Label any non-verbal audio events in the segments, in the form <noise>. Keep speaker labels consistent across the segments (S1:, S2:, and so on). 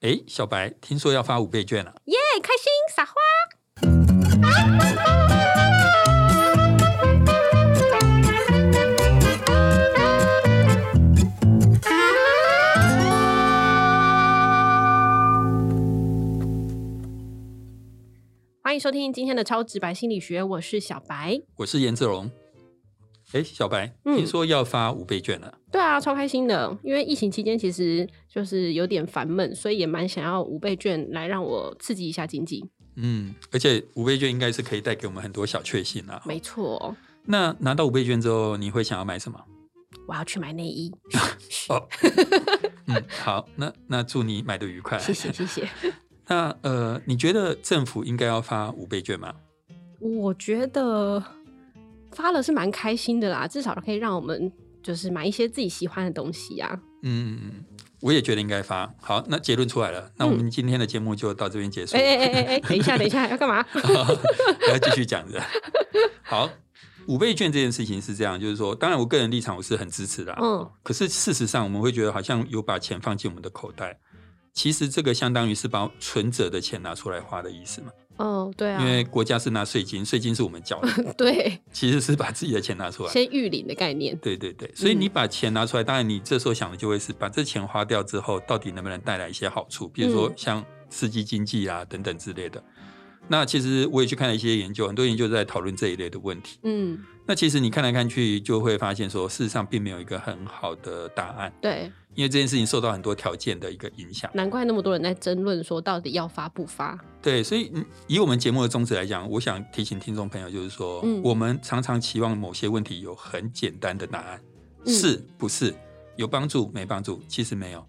S1: 哎，小白，听说要发五倍券了，
S2: 耶、开心撒花！欢迎收听今天的超直白心理学，我是小白。
S1: 我是颜志龙。哎，小白，
S2: 嗯
S1: 听说要发五倍券了，
S2: 对啊，超开心的，因为疫情期间其实就是有点烦闷，所以也蛮想要五倍券来让我刺激一下经济。
S1: 嗯，而且五倍券应该是可以带给我们很多小确幸啊。
S2: 没错，
S1: 那拿到五倍券之后，你会想要买什么？
S2: <laughs> 我要去买内 <laughs> 衣。
S1: 哦，
S2: <laughs>
S1: 嗯，好，那那祝你买的愉快。
S2: 谢谢，谢谢。
S1: 那呃，你觉得政府应该要发五倍券吗？
S2: 我觉得发了是蛮开心的啦，至少可以让我们就是买一些自己喜欢的东西啊呀、
S1: 嗯嗯，嗯我也觉得应该发。好，那结论出来了，那我们今天的节目就到这边结束。
S2: 嗯哎哎哎哎哎，等一下，等一下，
S1: <laughs>
S2: 要干
S1: 啊
S2: 嘛？
S1: 还 <laughs> 要继续讲的。好，五倍券这件事情是这样，就是说，当然我个人立场我是很支持的啊、
S2: 嗯，
S1: 可是事实上我们会觉得好像有把钱放进我们的口袋，其实这个相当于是把存折的钱拿出来花的意思嘛，
S2: 哦，对啊
S1: 因，为国家是拿税金，税金是我们缴
S2: <laughs>
S1: 的，
S2: 对，
S1: 其实是把自己的钱拿出来。
S2: 先预领的概念，
S1: 对对对，所以你把钱拿出来，当然你这时候想的就会是把这钱花掉之后，到底能不能带来一些好处，比如说像刺激经济啊等等之类的。那其实我也去看了一些研究，很多研究在讨论这一类的问题。
S2: 嗯，
S1: 那其实你看来看去，就会发现说，事实上并没有一个很好的答案，
S2: 对，
S1: 因为这件事情受到很多条件的一个影响。
S2: 难怪那么多人在争论说到底要发不发，
S1: 对，所以嗯以我们节目的宗旨来讲，我想提醒听众朋友，就是说，
S2: 嗯
S1: 我们常常期望某些问题有很简单的答案，
S2: 嗯
S1: 是不是有帮助没帮助？其实没有，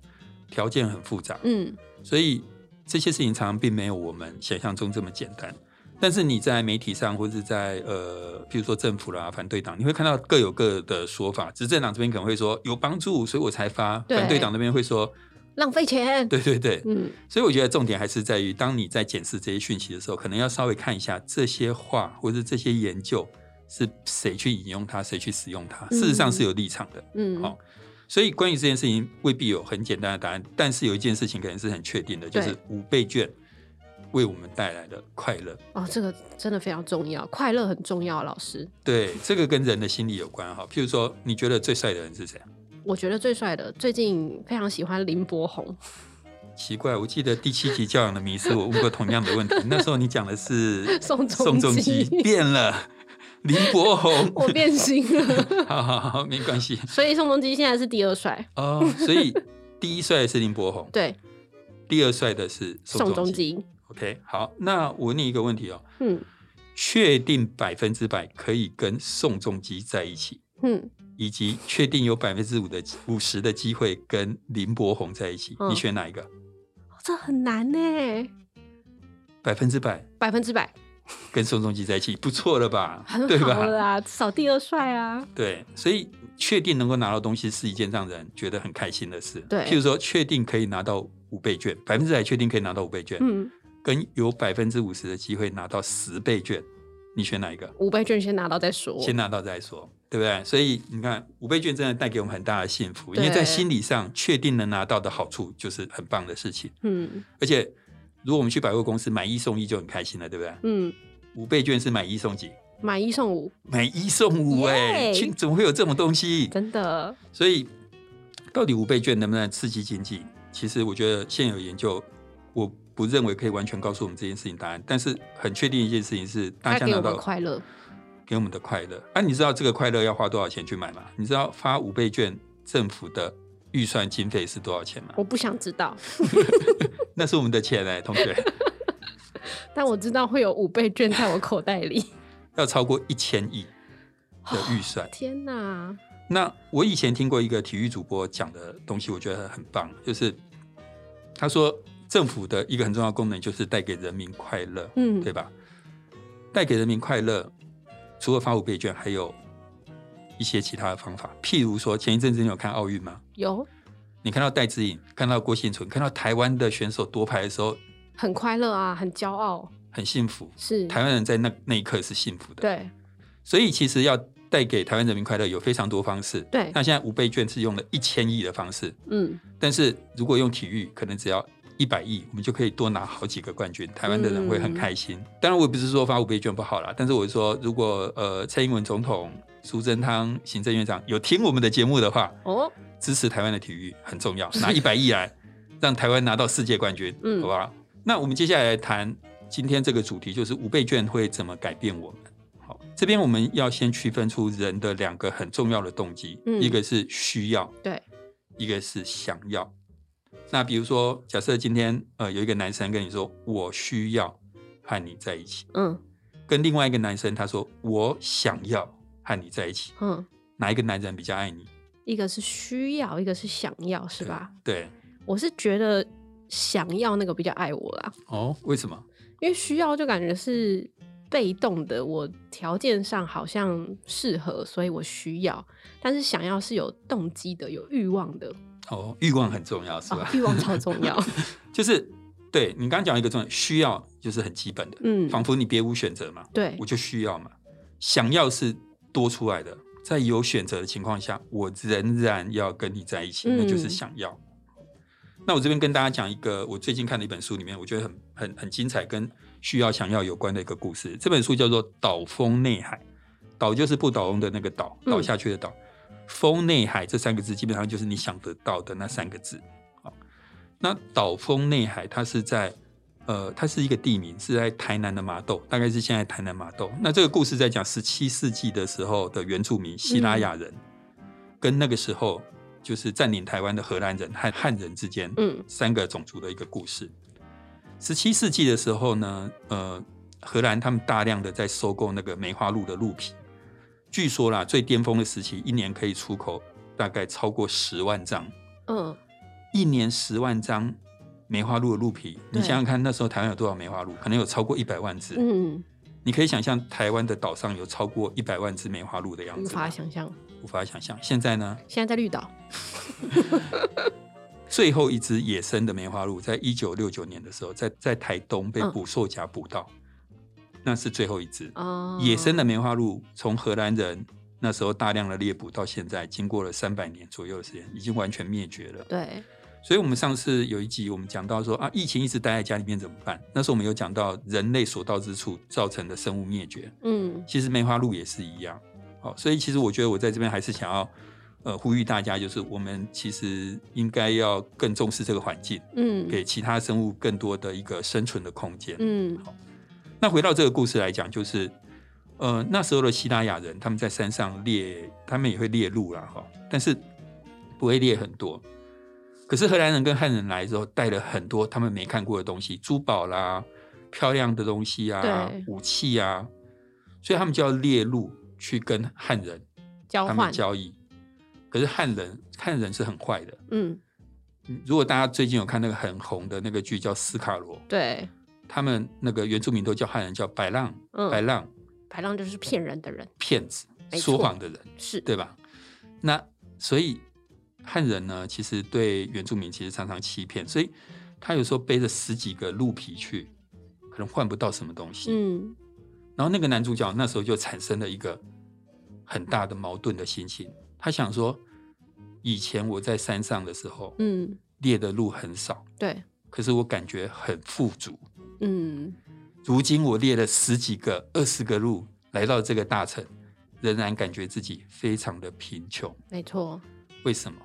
S1: 条件很复杂，
S2: 嗯，
S1: 所以这些事情常常并没有我们想象中这么简单。但是你在媒体上，或是在呃，譬如说政府啦、反对党，你会看到各有各的说法。执政党这边可能会说有帮助，所以我才发；
S2: 对
S1: 反对党那边会说，
S2: 浪费钱，
S1: 对对对，
S2: 嗯，
S1: 所以我觉得重点还是在于，当你在检视这些讯息的时候，可能要稍微看一下这些话或者这些研究是谁去引用它，谁去使用它，
S2: 嗯
S1: 事实上是有立场的。
S2: 嗯
S1: 好所以关于这件事情未必有很简单的答案，但是有一件事情可能是很确定的，就
S2: 对
S1: 是五倍券为我们带来的快乐。
S2: 哦，这个真的非常重要，快乐很重要，老师。
S1: 对，这个跟人的心理有关哈。譬如说，你觉得最帅的人是谁？
S2: 我觉得最帅的，最近非常喜欢林柏宏，
S1: 奇怪，我记得第七集《教养的迷思》，我问过同样的问题，那时候你讲的是
S2: <laughs> 宋仲
S1: 宋仲基
S2: 基
S1: 变了，林柏宏。
S2: 我变心了。 <laughs>
S1: <laughs> 好好好，没关系
S2: 所以宋仲基现在是第二帅，
S1: 哦。所以第一帅的是林柏宏，
S2: 对，
S1: 第二帅的是
S2: 宋
S1: 宋仲
S2: 仲
S1: 基。
S2: 基，
S1: OK，好，那我问你一个问题哦，
S2: 嗯
S1: 确定百分之百可以跟宋仲基在一起，
S2: 嗯，
S1: 以及确定有百分之五的五十的机会跟林柏宏在一起，
S2: 嗯
S1: 你选哪一个？
S2: 哦这很难呢，
S1: 百分之百
S2: 百分之百，
S1: 跟宋仲基在一起，不错了
S2: <laughs>
S1: 吧？
S2: 很
S1: 对
S2: 好
S1: 吧？
S2: 了啊，至少第二帅啊，
S1: 对，所以确定能够拿到东西是一件让人觉得很开心的事。
S2: 对
S1: 譬如说确定可以拿到五倍券，百分之百确定可以拿到五倍券，
S2: 嗯，
S1: 跟有百分之五十的机会拿到十倍券，你选哪一个？
S2: 五倍券先拿到再说，
S1: 先拿到再说，对不对？所以你看，五倍券真的带给我们很大的幸福，因
S2: 对
S1: 为在心理上确定能拿到的好处就是很棒的事情，
S2: 嗯
S1: 而且。如果我们去百货公司买一送一就很开心了，对不对？
S2: 嗯，
S1: 五倍券是买一送几，
S2: 买一送五，
S1: 买一送五哎、
S2: 耶
S1: 去怎么会有这种东西？
S2: 真的，
S1: 所以，到底五倍券能不能刺激经济？其实我觉得现有研究，我不认为可以完全告诉我们这件事情答案。但是很确定一件事情是，大
S2: 他
S1: 家
S2: 给
S1: 拿
S2: 我们
S1: 到
S2: 快乐，
S1: 给我们的快乐。啊，你知道这个快乐要花多少钱去买吗？你知道发五倍券政府的预算经费是多少钱吗？
S2: 我不想知
S1: <laughs>
S2: 道，
S1: 那是我们的钱哎、同
S2: <laughs>
S1: 学，
S2: 但我知道会有五倍券在我口袋
S1: <laughs>
S2: 里，
S1: 要超过一千亿的预算。
S2: 天哪，
S1: 那我以前听过一个体育主播讲的东西，我觉得很棒，就是他说政府的一个很重要的功能就是带给人民快乐，
S2: 嗯
S1: 对吧？带给人民快乐，除了发五倍券，还有一些其他的方法，譬如说前一阵子你有看奥运吗？
S2: 有
S1: 你看到戴资颖，看到郭幸存，看到台湾的选手夺牌的时候，
S2: 很快乐啊，很骄傲，
S1: 很幸福。
S2: 是，
S1: 台湾人在那那一刻是幸福的，
S2: 嗯对
S1: 所以其实要带给台湾人民快乐有非常多方式。
S2: 对，
S1: 那现在五倍券是用了一千亿的方式，
S2: 嗯
S1: 但是如果用体育，可能只要一百亿，我们就可以多拿好几个冠军，台湾的人会很开心。当然，我也不是说发五倍券不好啦，但是我是说，如果呃蔡英文总统、苏贞昌行政院长有听我们的节目的话，
S2: 哦，
S1: 支持台湾的体育很重
S2: <laughs>
S1: 要，拿一百亿来让台湾拿到世界冠军，
S2: 嗯
S1: 好不好？那我们接下来谈今天这个主题，就是五倍券会怎么改变我们。好，这边我们要先区分出人的两个很重要的动机，
S2: 嗯
S1: 一个是需要，
S2: 对，
S1: 一个是想要。那比如说，假设今天呃有一个男生跟你说我需要和你在一起，
S2: 嗯
S1: 跟另外一个男生他说我想要和你在一起，
S2: 嗯，
S1: 哪一个男人比较爱你？
S2: 一个是需要，一个是想要，是吧？
S1: 对，
S2: 我是觉得想要那个比较爱我啦，
S1: 哦，为什么？
S2: 因为需要就感觉是被动的，我条件上好像适合，所以我需要，但是想要是有动机的，有欲望的，
S1: 哦，欲望很重要，是
S2: 哦
S1: 吧？
S2: 欲望超重
S1: <laughs>
S2: 要，
S1: 就是对你刚刚讲一个重点，需要就是很基本的，
S2: 嗯，
S1: 仿佛你别无选择嘛，
S2: 对
S1: 我，就需要嘛。想要是多出来的，在有选择的情况下，我仍然要跟你在一起，
S2: 嗯
S1: 那就是想要。那我这边跟大家讲一个我最近看的一本书，里面我觉得很很很精彩，跟需要想要有关的一个故事。这本书叫做《岛风内海》，岛就是不倒翁的那个岛，
S2: 嗯
S1: 倒下去的岛。风内海这三个字基本上就是你想得到的那三个字。好，那岛风内海它是在呃，它是一个地名，是在台南的麻豆，大概是现在台南麻豆。那这个故事在讲十七世纪的时候的原住民希拉雅人，跟那个时候就是占领台湾的荷兰人和汉人之间，
S2: 嗯
S1: 三个种族的一个故事。十七世纪的时候呢，呃，荷兰他们大量的在收购那个梅花鹿的鹿皮，据说啦，最巅峰的时期，一年可以出口大概超过十万张。
S2: 嗯，
S1: 一年十万张梅花鹿的鹿皮，你
S2: 对
S1: 想想看，那时候台湾有多少梅花鹿？可能有超过一百万只。
S2: 嗯，
S1: 你可以想象台湾的岛上有超过一百万只梅花鹿的样
S2: 无
S1: 子吗
S2: 法，想象，
S1: 无法想象。现在呢，
S2: 现在在绿岛，
S1: 最后一只野生的梅花鹿，在一九六九年的时候，在在台东被
S2: 嗯
S1: 捕兽夹捕到，那是最后一只。
S2: 哦，
S1: 野生的梅花鹿从荷兰人那时候大量的猎捕到现在，经过了三百年左右的时间，已经完全灭绝了。
S2: 对，
S1: 所以，我们上次有一集我们讲到说啊，疫情一直待在家里面怎么办？那时候我们有讲到人类所到之处造成的生物灭绝，
S2: 嗯
S1: 其实梅花鹿也是一样。好、所以其实我觉得我在这边还是想要呃呼吁大家，就是我们其实应该要更重视这个环境，
S2: 嗯，
S1: 给其他生物更多的一个生存的空间。
S2: 嗯
S1: 那回到这个故事来讲，就是呃那时候的希腊雅人他们在山上猎，他们也会猎鹿啦哈，但是不会猎很多。可是荷兰人跟汉人来之后，带了很多他们没看过的东西，珠宝啦、漂亮的东西啊
S2: 对、
S1: 武器啊，所以他们就要猎鹿去跟汉人
S2: 交
S1: 他们
S2: 换，
S1: 交易。可是汉人汉人是很坏的，
S2: 嗯，
S1: 如果大家最近有看那个很红的那个剧叫《斯卡罗》，
S2: 对，
S1: 他们那个原住民都叫汉人叫白浪，
S2: 嗯，
S1: 白浪
S2: 白浪就是骗人的人，
S1: 骗子、
S2: 没错
S1: 说谎的人，
S2: 是，
S1: 对吧？那所以汉人呢，其实对原住民其实常常欺骗，所以他有时候背着十几个鹿皮去，可能换不到什么东西。
S2: 嗯
S1: 然后那个男主角那时候就产生了一个很大的矛盾的心情，他想说，以前我在山上的时候
S2: 嗯，
S1: 猎的鹿很少，
S2: 对，
S1: 可是我感觉很富足。
S2: 嗯
S1: 如今我列了十几个、二十个路来到这个大城，仍然感觉自己非常的贫穷。
S2: 没错，
S1: 为什么？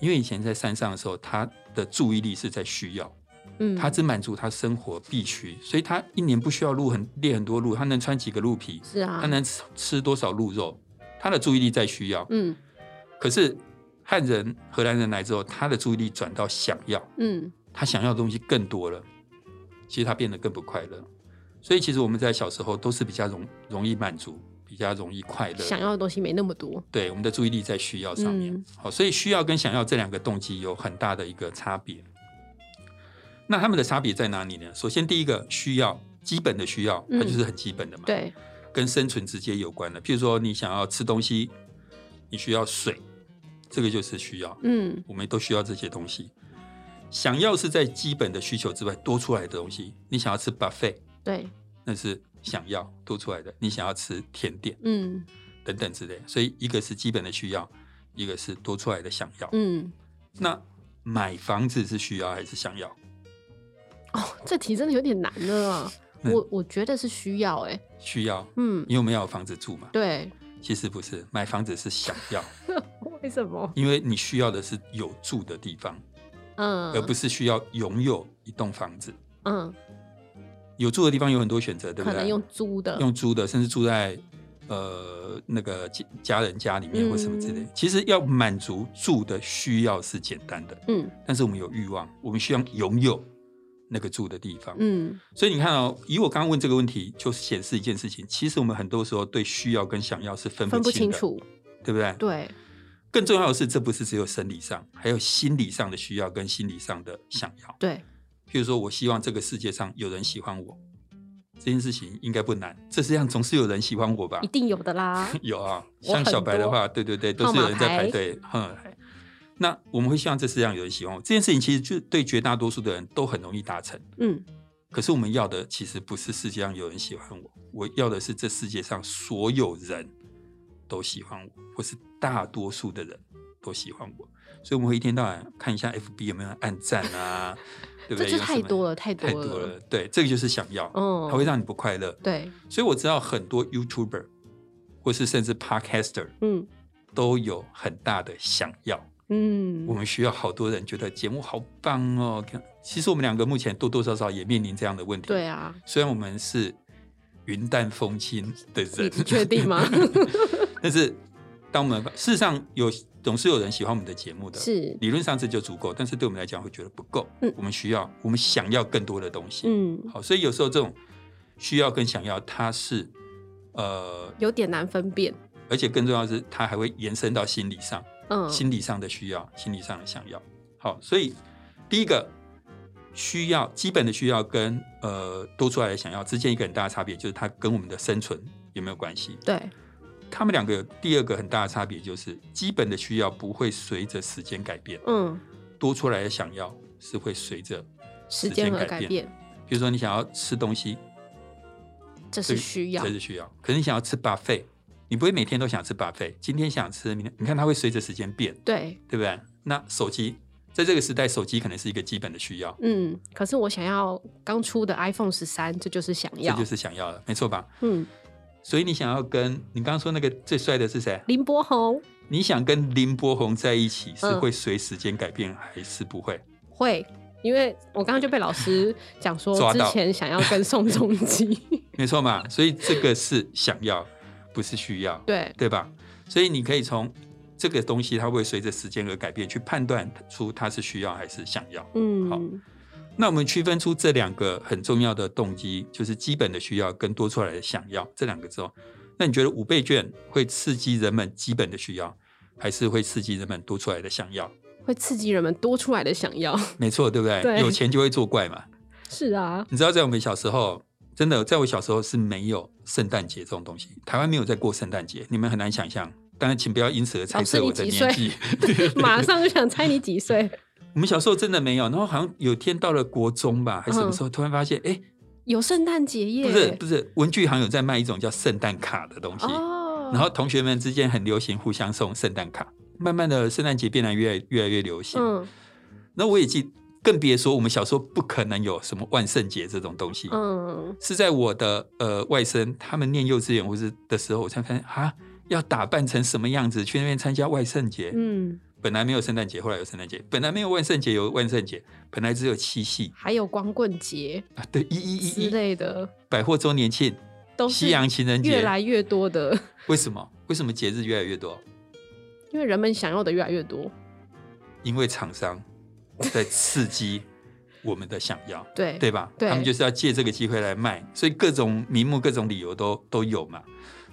S1: 因为以前在山上的时候，他的注意力是在需要，
S2: 嗯，
S1: 他只满足他生活必须，所以他一年不需要鹿很猎很多鹿，他能穿几个鹿皮，
S2: 是啊
S1: 他，能吃吃多少鹿肉，他的注意力在需要。
S2: 嗯
S1: 可是汉人、荷兰人来之后，他的注意力转到想要，
S2: 嗯
S1: 他想要的东西更多了，其实他变得更不快乐。所以其实我们在小时候都是比较容容易满足，比较容易快乐。
S2: 想要的东西没那么多，
S1: 对我们的注意力在需要上面
S2: 嗯，
S1: 好、所以需要跟想要这两个动机有很大的一个差别。那他们的差别在哪里呢？首先，第一个需要基本的需要，它
S2: 嗯
S1: 就是很基本的嘛，，
S2: 对，
S1: 跟生存直接有关的。譬如说，你想要吃东西，你需要水，这个就是需要。
S2: 嗯
S1: 我们都需要这些东西。想要是在基本的需求之外多出来的东西，你想要吃 buffet，
S2: 对，
S1: 那是想要多出来的；你想要吃甜点
S2: 嗯
S1: 等等之类，所以一个是基本的需要，一个是多出来的想要。
S2: 嗯
S1: 那买房子是需要还是想要？
S2: 哦，这题真的有点难了啊。
S1: 嗯
S2: 我我觉得是需要哎、
S1: 需要，
S2: 嗯，
S1: 因为我们要有房子住嘛。
S2: 对，
S1: 其实不是，买房子是想要，
S2: <laughs> 为什么？
S1: 因为你需要的是有住的地方，呃
S2: 嗯，
S1: 而不是需要拥有一栋房子。
S2: 嗯，
S1: 有住的地方有很多选择，对不
S2: 可
S1: 对？
S2: 能用租的，
S1: 用租的，甚至住在呃那个家家人家里面或什么之类。
S2: 嗯
S1: 其实要满足住的需要是简单的，
S2: 嗯
S1: 但是我们有欲望，我们需要拥有那个住的地方。
S2: 嗯
S1: 所以你看哦，以我刚刚问这个问题，就显示一件事情：其实我们很多时候对需要跟想要是分
S2: 分
S1: 不
S2: 不
S1: 清
S2: 清
S1: 的，
S2: 楚，
S1: 对不对？
S2: 对，
S1: 更重要的是，这不是只有生理上，还有心理上的需要跟心理上的想要。
S2: 对，
S1: 譬如说，我希望这个世界上有人喜欢我，这件事情应该不难。这世界上总是有人喜欢我吧
S2: 一？定有的
S1: <laughs>
S2: 啦。
S1: 有啊，
S2: 我很
S1: 像小白的话，对对对，都是有人在
S2: 号码牌
S1: 排队。哼，那我们会希望这世界上有人喜欢我，这件事情其实就对绝大多数的人都很容易达成。
S2: 嗯
S1: 可是我们要的其实不是世界上有人喜欢我，我要的是这世界上所有人都喜欢我，或是大多数的人都喜欢我。所以我们会一天到晚看一下 FB 有没有人按赞啊， <laughs> 对不对？
S2: 这就
S1: 有什么
S2: 太多了太多
S1: 太多
S2: 了
S1: 了。对，这个就是想要，
S2: 嗯，
S1: 它会让你不快乐。
S2: 对，
S1: 所以我知道很多 YouTuber 或是甚至 Podcaster
S2: 嗯
S1: 都有很大的想要。
S2: 嗯，
S1: 我们需要好多人觉得节目好棒哦。看其实我们两个目前多多少少也面临这样的问题。
S2: 对啊，
S1: 虽然我们是云淡风轻的
S2: 你
S1: 人，
S2: 你确定吗？
S1: <laughs> 但是当我们事实上有总是有人喜欢我们的节目的，
S2: 是，
S1: 理论上这就足够，但是对我们来讲会觉得不够，
S2: 嗯
S1: 我们需要我们想要更多的东西。
S2: 嗯，
S1: 好，所以有时候这种需要跟想要，它是呃，
S2: 有点难分辨。
S1: 而且更重要的是，它还会延伸到心理上。
S2: 嗯，
S1: 心理上的需要，心理上的想要。好，所以第一个需要基本的需要跟呃多出来的想要之间一个很大的差别，就是它跟我们的生存有没有关系？
S2: 对，
S1: 他们两个有第二个很大的差别就是基本的需要不会随着时间改变，
S2: 嗯，
S1: 多出来的想要是会随着，
S2: 时
S1: 时
S2: 间
S1: 间
S2: 和
S1: 改
S2: 改
S1: 变
S2: 变，
S1: 比如说你想要吃东西，
S2: 这是需要
S1: 这。是需要；可是你想要吃 buffet，你不会每天都想吃 buffet，今天想吃，明天你看它会随着时间变。
S2: 对，
S1: 对不对？那手机在这个时代，手机可能是一个基本的需要，
S2: 嗯，可是我想要刚出的 iPhone 十三，这就是想
S1: 这
S2: 要。
S1: 就是想要的，没错吧？
S2: 嗯，
S1: 所以你想要跟你刚刚说那个最帅的是谁？
S2: 林柏宏
S1: 你想跟林柏宏在一起，是
S2: 嗯
S1: 会随时间改变还是不会？
S2: 会，因为我刚刚就被老师讲
S1: <laughs>
S2: 说，
S1: 抓
S2: 之
S1: 到
S2: 前想要跟宋仲
S1: <laughs>
S2: 基，
S1: 没错嘛，所以这个是想要，不是需要，
S2: 对，
S1: 对吧？所以你可以从这个东西，它会随着时间而改变，去判断出它是需要还是想要。好
S2: 嗯，
S1: 那我们区分出这两个很重要的动机，就是基本的需要跟多出来的想要这两个之后，那你觉得五倍券会刺激人们基本的需要，还是会刺激人们多出来的想要？
S2: 会刺激人们多出来的
S1: <laughs>
S2: 想要。
S1: 没错，对不对？
S2: 对
S1: 有钱就会作怪嘛。
S2: 是啊，
S1: 你知道，在我们小时候，真的，在我小时候是没有圣诞节这种东西，台湾没有在过圣诞节，你们很难想象。当然，请不要因此而猜测
S2: 老
S1: 我
S2: 师
S1: 的
S2: 你几
S1: 年纪。
S2: <laughs> 马上就想猜你几岁，
S1: <laughs> 我们小时候真的没有，然后好像有天到了国中吧，还
S2: 嗯
S1: 是什么时候，突然发现，哎、
S2: 有圣诞节耶？
S1: 不是不是，文具行有在卖一种叫圣诞卡的东西，
S2: 哦，
S1: 然后同学们之间很流行互相送圣诞卡，慢慢的圣诞节变得越来越来越流行。
S2: 嗯
S1: 那我也记，更别说我们小时候不可能有什么万圣节这种东西，
S2: 嗯，
S1: 是在我的呃外甥他们念幼稚园或是的时候，我才发现啊，要打扮成什么样子去那边参加万圣节。
S2: 嗯，
S1: 本来没有圣诞节，后来有圣诞节；本来没有万圣节，有万圣节；本来只有七夕
S2: 还有光棍节
S1: 啊，对，一一
S2: 之
S1: 一一
S2: 类的，
S1: 百货周年庆、
S2: 都是
S1: 西洋情人节，
S2: 越来越多的，
S1: 为什么？为什么节日越来越多？
S2: 因为人们想要的越来越多。
S1: 因为厂商在刺
S2: <laughs>
S1: 激我们的想要，
S2: 对
S1: 对吧？
S2: 对
S1: 他们就是要借这个机会来卖，所以各种名目、各种理由都都有嘛。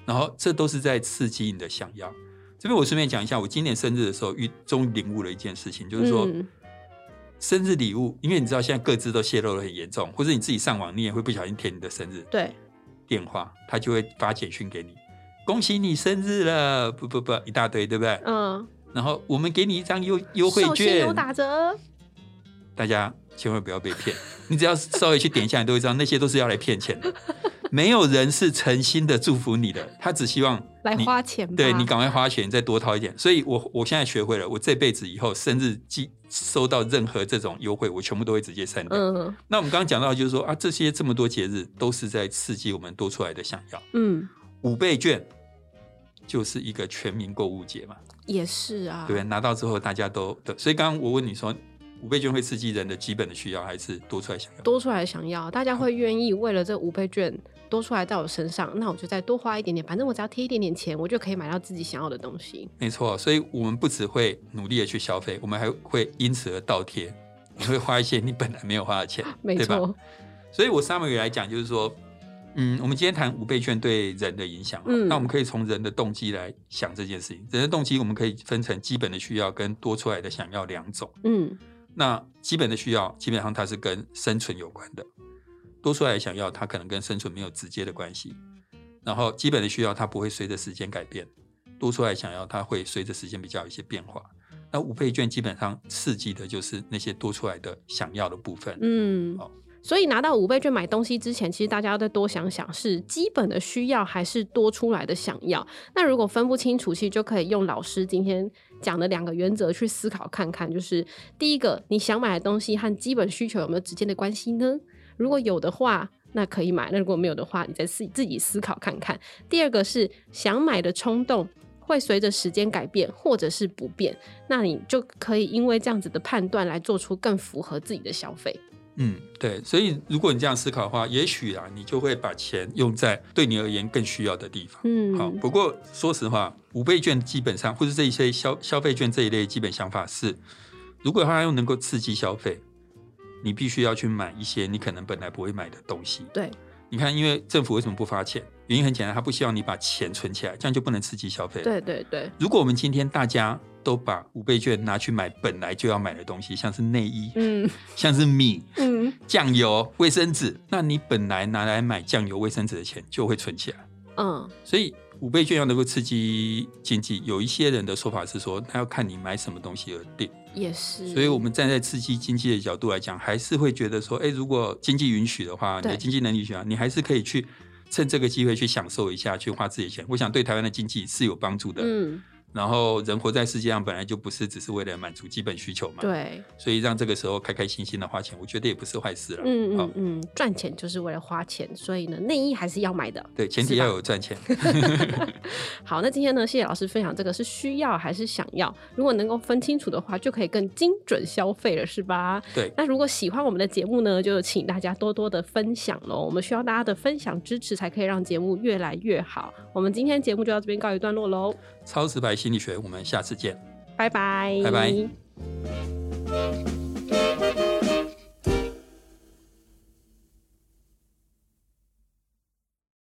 S1: 然后这都是在刺激你的想要。这边我顺便讲一下，我今年生日的时候，遇终于领悟了一件事情，就是说、
S2: 嗯
S1: 生日礼物，因为你知道现在各自都泄露的很严重，或者你自己上网，你也会不小心填你的生日
S2: 对，
S1: 电话，他就会发简讯给你，恭喜你生日了，不不不，一大堆，对不对？
S2: 嗯，
S1: 然后我们给你一张优优惠
S2: 寿星
S1: 券
S2: 有，打折，
S1: 大家千万不要被骗。 <laughs> 你只要稍微去点一下，你
S2: <laughs>
S1: 都会知道那些都是要来骗钱的。没有人是诚心的祝福你的，他只希望
S2: 来
S1: 你
S2: 花钱吧。
S1: 对你赶快花钱，再多掏一点。所以我我现在学会了，我这辈子以后生日寄收到任何这种优惠，我全部都会直接删掉。
S2: 嗯
S1: 那我们刚刚讲到，就是说啊，这些这么多节日都是在刺激我们多出来的想要。
S2: 嗯，
S1: 五倍券就是一个全民购物节嘛，
S2: 也是啊
S1: 对。不对？拿到之后大家都对，所以刚刚我问你说，五倍券会刺激人的基本的需要，还是多出来想要？
S2: 多出来的想要，大家会愿意为了这五倍券多出来到我身上，那我就再多花一点点，反正我只要贴一点点钱，我就可以买到自己想要的东西。
S1: 没错，所以我们不只会努力的去消费，我们还会因此而倒贴， <laughs> 你会花一些你本来没有花的钱，
S2: 没
S1: 对吧？
S2: 错，
S1: 所以我 summary 来讲，就是说，嗯，我们今天谈五倍券对人的影响，
S2: 嗯
S1: 那我们可以从人的动机来想这件事情。人的动机我们可以分成基本的需要跟多出来的想要两种。
S2: 嗯
S1: 那基本的需要基本上它是跟生存有关的，多出来的想要它可能跟生存没有直接的关系。然后基本的需要它不会随着时间改变，多出来的想要它会随着时间比较有一些变化。那五倍券基本上刺激的就是那些多出来的想要的部分。
S2: 嗯
S1: 好。
S2: 所以拿到五倍券买东西之前，其实大家要再多想想，是基本的需要还是多出来的想要。那如果分不清楚，其实就可以用老师今天讲的两个原则去思考看看，就是第一个，你想买的东西和基本需求有没有直接的关系呢？如果有的话，那可以买；那如果没有的话，你再自自己思考看看。第二个是想买的冲动会随着时间改变，或者是不变，那你就可以因为这样子的判断来做出更符合自己的消费。
S1: 嗯，对，所以如果你这样思考的话，也许啊，你就会把钱用在对你而言更需要的地方。
S2: 嗯，
S1: 好，不过说实话，五倍券基本上或是这一些消消费券这一类基本想法是，如果它又能够刺激消费，你必须要去买一些你可能本来不会买的东西。
S2: 对，
S1: 你看，因为政府为什么不发钱？原因很简单，他不希望你把钱存起来，这样就不能刺激消费。，
S2: 对对对，
S1: 如果我们今天大家都把五倍券拿去买本来就要买的东西，像是内衣，
S2: 嗯
S1: 像是米， <laughs>
S2: 嗯
S1: 酱油、卫生纸，那你本来拿来买酱油、卫生纸的钱就会存起来。
S2: 嗯，
S1: 所以五倍券要能够刺激经济，有一些人的说法是说，他要看你买什么东西而定。
S2: 也是。
S1: 所以我们站在刺激经济的角度来讲，还是会觉得说，哎，如果经济允许的话，你
S2: 对
S1: 的经济能力允许啊，你还是可以去趁这个机会去享受一下，去花自己的钱。我想对台湾的经济是有帮助的。
S2: 嗯，
S1: 然后人活在世界上本来就不是只是为了满足基本需求嘛，
S2: 对，
S1: 所以让这个时候开开心心的花钱，我觉得也不是坏事了。
S2: 嗯
S1: 好
S2: 嗯嗯，赚钱就是为了花钱，所以呢，内衣还是要买
S1: <laughs>
S2: 的。
S1: 对，前
S2: 是
S1: 提
S2: 吧
S1: 要有赚
S2: <laughs>
S1: 钱。
S2: 好，那今天呢，谢谢老师分享这个是需要还是想要，如果能够分清楚的话，就可以更精准消费了，是吧？
S1: 对，
S2: 那如果喜欢我们的节目呢，就请大家多多的分享喽，我们需要大家的分享支持，才可以让节目越来越好。我们今天节目就到这边告一段落喽，
S1: 超直白心理学，我们下次见。
S2: 拜拜，
S1: 拜拜。